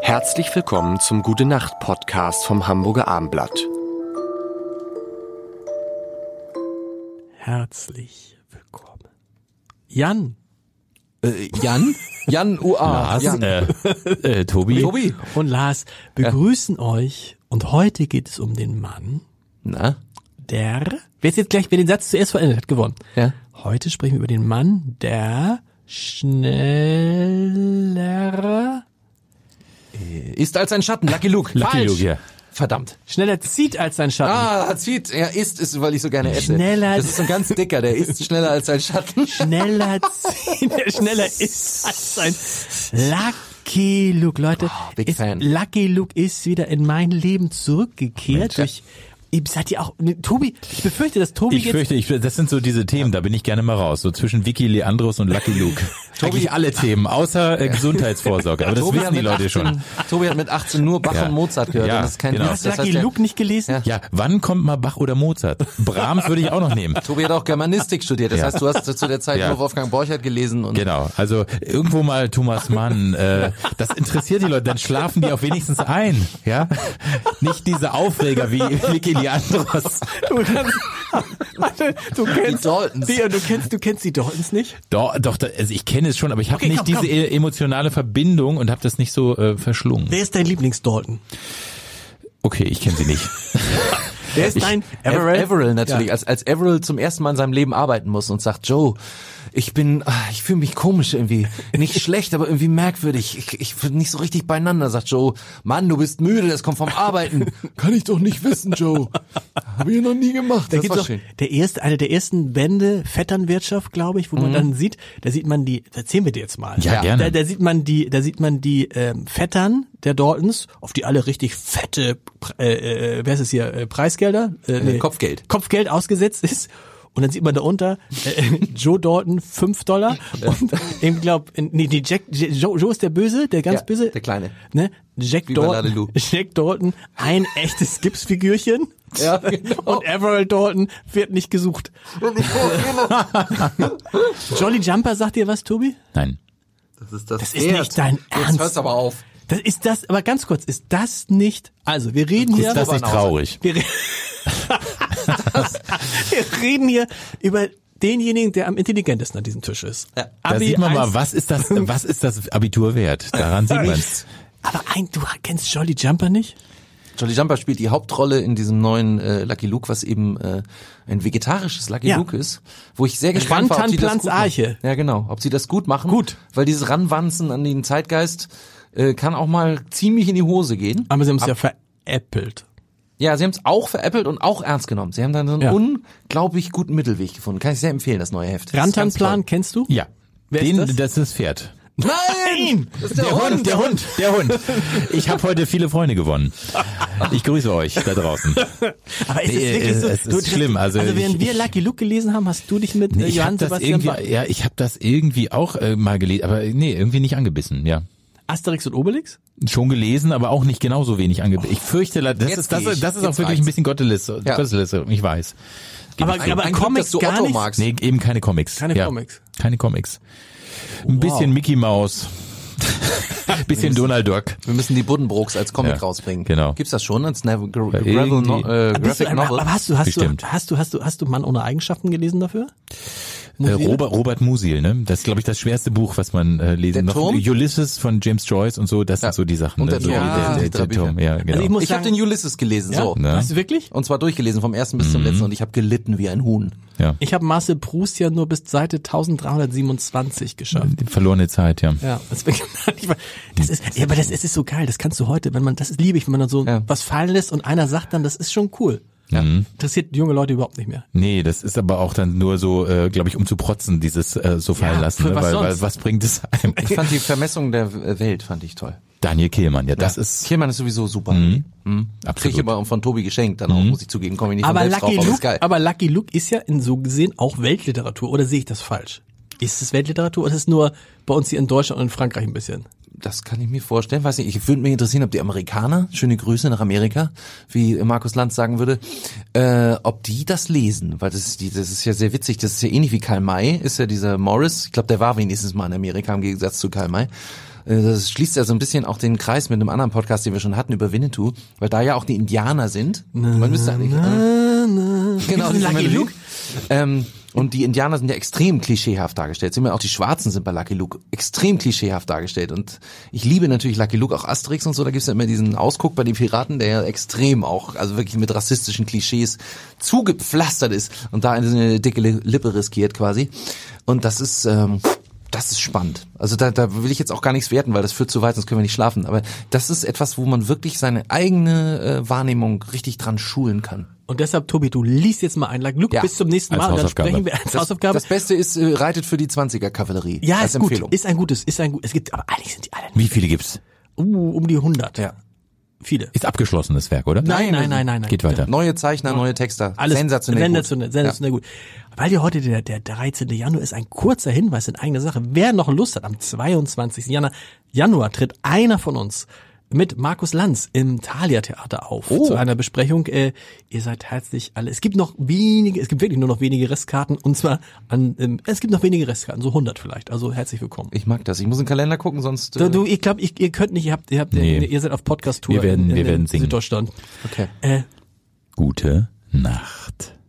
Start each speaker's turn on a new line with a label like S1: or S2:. S1: Herzlich willkommen zum Gute Nacht Podcast vom Hamburger Armblatt.
S2: Herzlich willkommen. Jan.
S3: Äh, Jan? Jan UA.
S4: Lars,
S3: Jan.
S4: äh, äh, Tobi.
S3: Tobi.
S2: Und Lars begrüßen euch. Und heute geht es um den Mann,
S4: Na?
S2: der. Wer ist jetzt gleich, wer den Satz zuerst verändert hat, gewonnen.
S4: Ja.
S2: Heute sprechen wir über den Mann, der schneller,
S3: Ist als ein Schatten. Lucky Luke.
S4: Lucky
S3: Falsch.
S4: Luke, ja.
S3: Verdammt.
S2: schneller zieht als sein Schatten.
S3: Ah, zieht. Er isst es, weil ich so gerne esse.
S2: Schneller-
S3: Das ist so ein ganz dicker. Der isst schneller als sein Schatten.
S2: Schneller zieht, der schneller ist als sein Lucky Luke. Leute,
S3: big
S2: ist,
S3: fan.
S2: Lucky Luke ist wieder in mein Leben zurückgekehrt durch, ihr seid ihr auch, ne, Tobi, ich befürchte, dass Tobi
S4: Ich
S2: jetzt
S4: fürchte, ich, das sind so diese Themen, da bin ich gerne mal raus. So zwischen Vicky Leandros und Lucky Luke. Eigentlich alle Themen, außer äh, Gesundheitsvorsorge. Aber das
S3: Tobi hat
S4: wissen die
S3: mit
S4: Leute
S3: 18
S4: schon.
S3: Tobi hat mit 18 nur Bach
S4: Ja.
S3: und Mozart gehört.
S4: Ja,
S3: und das ist kein
S4: genau.
S3: Witz.
S2: Hast
S4: Hast
S2: du Lucky
S3: das heißt, der-
S2: Luke nicht gelesen?
S4: Ja, wann kommt mal Bach oder Mozart? Brahms würde ich auch noch nehmen.
S3: Tobi hat auch Germanistik studiert. Das
S4: Ja.
S3: heißt, du hast zu der Zeit
S4: Ja.
S3: nur Wolfgang Borchert gelesen und
S4: Genau, also irgendwo mal Thomas Mann, äh, das interessiert die Leute, dann schlafen die auch wenigstens ein, ja? Nicht diese Aufreger wie Vicky Leandros.
S2: Du, kannst, Warte, du kennst
S3: Daltons.
S2: Die, du kennst, du kennst die Daltons nicht?
S4: Doch, doch da- also ich kenne es schon, aber ich habe
S2: Okay,
S4: nicht
S2: komm,
S4: diese
S2: komm.
S4: e- emotionale Verbindung und habe das nicht so äh, verschlungen.
S2: Wer ist dein Lieblings-Dalton?
S4: Okay, ich kenne sie nicht.
S2: Wer ist dein Everett?
S3: Averill natürlich, als, als Averill zum ersten Mal in seinem Leben arbeiten muss und sagt, Joe, ich bin, ah, ich fühle mich komisch irgendwie, nicht schlecht, aber irgendwie merkwürdig, ich, ich bin nicht so richtig beieinander, sagt Joe, Mann, du bist müde, das kommt vom Arbeiten. Kann ich doch nicht wissen, Joe. Hab ich noch nie gemacht.
S2: Da gibt's auch der erste, eine der ersten Bände Vetternwirtschaft, glaube ich, wo
S3: Mhm.
S2: man dann sieht, da sieht man die, das erzählen wir dir jetzt mal.
S4: Ja, gerne.
S2: Da, da sieht man die, da sieht man die ähm, Vettern der Daltons, auf die alle richtig fette, Pre- äh, äh, wer ist es hier, äh, Preisgelder? Äh, nee.
S3: Kopfgeld.
S2: Kopfgeld ausgesetzt ist. Und dann sieht man darunter äh, Joe Dalton 5 Dollar und ich glaube, nee, die Jack, Joe, Joe ist der Böse, der ganz
S3: Ja,
S2: böse.
S3: der Kleine.
S2: Ne? Jack
S3: Wie bei Lalelu.
S2: Dalton, Jack Dalton, ein echtes Gipsfigürchen.
S3: Ja, genau.
S4: Oh.
S2: Und Everald Dalton wird nicht gesucht. Jolly Jumper sagt dir was, Tobi?
S4: Nein.
S3: Das ist, das
S2: ist nicht dein Ernst.
S3: Jetzt hörst aber auf.
S2: Das ist das, aber ganz kurz, ist das nicht, also wir reden hier,
S4: Ist das nicht traurig?
S2: wir, re- wir reden hier über denjenigen, der am intelligentesten an diesem Tisch ist.
S3: Ja,
S4: Da
S2: Abi
S4: sieht man mal,
S2: 1,
S4: was ist das, was ist das Abitur wert? Daran sieht man's.
S2: Aber ein, du kennst Jolly Jumper nicht?
S3: Jolly Jumper spielt die Hauptrolle in diesem neuen äh, Lucky Luke, was eben äh, ein vegetarisches Lucky
S2: Ja.
S3: Luke ist, wo ich sehr gespannt war, ob sie das
S2: Rantanplans
S3: gut machen.
S2: Arche.
S3: Ja, genau, ob sie das gut machen. Gut, weil dieses Ranwanzen an den Zeitgeist äh, kann auch mal ziemlich in die Hose gehen.
S2: Aber sie haben es ja veräppelt.
S3: Ja, sie haben es auch veräppelt und auch ernst genommen. Sie haben dann so einen
S2: Ja.
S3: unglaublich guten Mittelweg gefunden. Kann ich sehr empfehlen, das neue Heft. Das ist ganz
S2: Rantanplan kennst du?
S4: Ja.
S2: Wer ist
S4: Den,
S2: das?
S4: das? ist das Pferd.
S3: toll. Nein, das ist der, Hund.
S4: der Hund, der Hund. Ich habe heute viele Freunde gewonnen. Ich grüße euch da draußen.
S2: Aber ist
S4: Nee, äh,
S2: es wirklich so?
S4: es ist schlimm, also
S2: also während
S4: ich-
S2: wir Lucky Luke gelesen haben, hast du dich mit
S4: Nee,
S2: äh,
S4: ich
S2: Johann
S4: habe das
S2: Sebastian
S4: irgendwie,
S2: Bach,
S4: ja, ich habe das irgendwie auch äh, mal gelesen, aber nee, irgendwie nicht angebissen, ja.
S2: Asterix und Obelix?
S4: Schon gelesen, aber auch nicht genauso wenig angebissen. Ich fürchte, das
S3: Jetzt
S4: ist, das,
S3: geh ich.
S4: ist- das ist
S3: Jetzt
S4: auch wirklich
S3: reicht's.
S4: ein bisschen Gotteliste,
S3: Ja.
S4: Gotteliste, ich weiß. Geht
S2: Aber,
S4: nicht
S2: aber
S3: Ein Glück,
S2: Comics
S3: dass du
S2: gar
S3: Otto
S2: nicht.
S3: magst.
S4: Nee, eben keine Comics.
S2: Keine Comics.
S4: Keine Comics. Ein bisschen Mickey Maus. bisschen Donald Duck.
S3: Wir müssen die Buddenbrooks als Comic
S4: Ja,
S3: rausbringen.
S4: genau.
S3: Gibt's das schon als Nav- Gra-
S4: Irgendwie-
S3: Gravel no äh,
S2: Bist du,
S3: Graphic
S2: aber,
S3: Novel?
S2: aber hast du, hast du,
S4: Bestimmt.
S2: hast du, hast du, hast du Mann ohne Eigenschaften gelesen dafür?
S4: Äh, Robert, Robert Musil, ne? Das ist, glaube ich, das schwerste Buch, was man äh, lesen
S3: Der
S4: noch.
S3: Turm?
S4: Ulysses von James Joyce und so, das
S3: Ja.
S4: sind so die Sachen.
S3: Und der
S4: ne? so,
S3: Turm.
S4: die-
S3: Ja,
S4: der,
S3: die drei
S4: der, der Turm, ja, genau.
S2: Also ich muss
S3: Ich habe
S2: sagen-
S3: den Ulysses gelesen,
S2: Ja?
S3: so.
S4: Ne?
S2: Hast du wirklich?
S3: Und zwar durchgelesen, vom ersten bis zum letzten. Und ich habe gelitten wie ein Huhn.
S4: ja.
S2: Ich habe Marcel Proust ja nur bis Seite 1327 geschafft.
S4: Die verlorene Zeit, ja.
S2: Ja, das, genau das ist, ja, aber das, es ist so geil. Das kannst du heute, wenn man, das liebe ich, wenn man dann so
S3: Ja.
S2: was fallen lässt und einer sagt dann, das ist schon cool.
S4: Mhm.
S2: Interessiert junge Leute überhaupt nicht mehr.
S4: Nee, das ist aber auch dann nur so, äh, glaube ich, um zu protzen, dieses äh, so fallen lassen.
S2: für
S4: Ne?
S2: was
S4: weil,
S2: sonst?
S4: weil was bringt es einem?
S3: Ich fand die Vermessung der äh, Welt, fand ich toll.
S4: Daniel Kehlmann, ja, das ist
S3: Killmann ist sowieso super. Mhm. Krieg ich
S4: absolut.
S3: aber von Tobi geschenkt, dann auch, muss ich zugeben, komme ich nicht
S2: Aber
S3: von selbst
S2: Lucky,
S3: drauf, aber ist
S2: Luke,
S3: geil.
S2: aber Lucky Luke ist ja in so gesehen auch Weltliteratur, oder sehe ich das falsch? Ist es Weltliteratur oder ist es nur bei uns hier in Deutschland und in Frankreich ein bisschen?
S3: das kann ich mir vorstellen, weiß nicht, ich würde mich interessieren, ob die Amerikaner, schöne Grüße nach Amerika, wie Markus Lanz sagen würde, äh, ob die das lesen, weil das ist, die, das ist ja sehr witzig, das ist ja ähnlich wie Karl May, ist ja dieser Morris, ich glaube, der war wenigstens mal in Amerika im Gegensatz zu Karl May. äh, das schließt ja so ein bisschen auch den Kreis mit einem anderen Podcast, den wir schon hatten, über Winnetou, weil da ja auch die Indianer sind. Man müsste eigentlich. äh,
S2: Gibt's
S3: genau,
S2: einen
S3: diese
S2: Lucky
S3: Melodie.
S2: Luke?
S3: Ähm, und die Indianer sind ja extrem klischeehaft dargestellt. Sind wir auch die Schwarzen sind bei Lucky Luke extrem klischeehaft dargestellt. Und ich liebe natürlich Lucky Luke, auch Asterix und so. Da gibt's ja immer diesen Ausguck bei den Piraten, der ja extrem auch, also wirklich mit rassistischen Klischees zugepflastert ist und da eine dicke Li- Lippe riskiert quasi. Und das ist, ähm, das ist spannend. Also da, da will ich jetzt auch gar nichts werten, weil das führt zu weit, sonst können wir nicht schlafen. Aber das ist etwas, wo man wirklich seine eigene äh, Wahrnehmung richtig dran schulen kann.
S2: Und deshalb, Tobi, du liest jetzt mal ein Lucky Luke
S3: Ja.
S2: bis zum nächsten
S4: Als
S2: Mal und dann
S4: Hausaufgabe.
S2: sprechen wir als
S3: Das,
S2: Hausaufgabe.
S3: das Beste ist, äh, reitet für die 20er-Kavallerie.
S2: ja,
S3: als
S2: ist gut.
S3: Empfehlung.
S2: Ist ein gutes, ist ein gut. Es gibt, aber eigentlich sind die alle
S4: Wie viele gibt's?
S2: uh, um die 100.
S3: Ja.
S2: Viele.
S4: Ist abgeschlossenes Werk, oder?
S2: Nein, nein, nein, nein, nein.
S4: Geht weiter.
S3: Neue Zeichner, neue Texter.
S2: Alles
S3: sensationell.
S2: sensationell,
S3: gut.
S2: sensationell gut. Weil ja heute der, der 13. Januar ist ein kurzer Hinweis in eigener Sache. Wer noch Lust hat, am 22. Januar, Januar tritt einer von uns mit Markus Lanz im Thalia Theater auf
S4: Oh.
S2: zu einer Besprechung. Äh, ihr seid herzlich alle. Es gibt noch wenige, es gibt wirklich nur noch wenige Restkarten und zwar an, ähm, es gibt noch wenige Restkarten, so 100 vielleicht. Also herzlich willkommen.
S3: Ich mag das. Ich muss in den Kalender gucken, sonst.
S2: Du, du, ich glaube, ich, ihr könnt nicht, ihr habt, ihr habt,
S4: Nee.
S2: ihr seid auf Podcast-Tour
S4: Wir
S2: in,
S4: werden-
S2: Äh, in,
S3: äh,
S4: wir werden
S2: in
S4: singen.
S2: Süddeutschland.
S3: okay.
S2: Äh,
S4: Gute Nacht.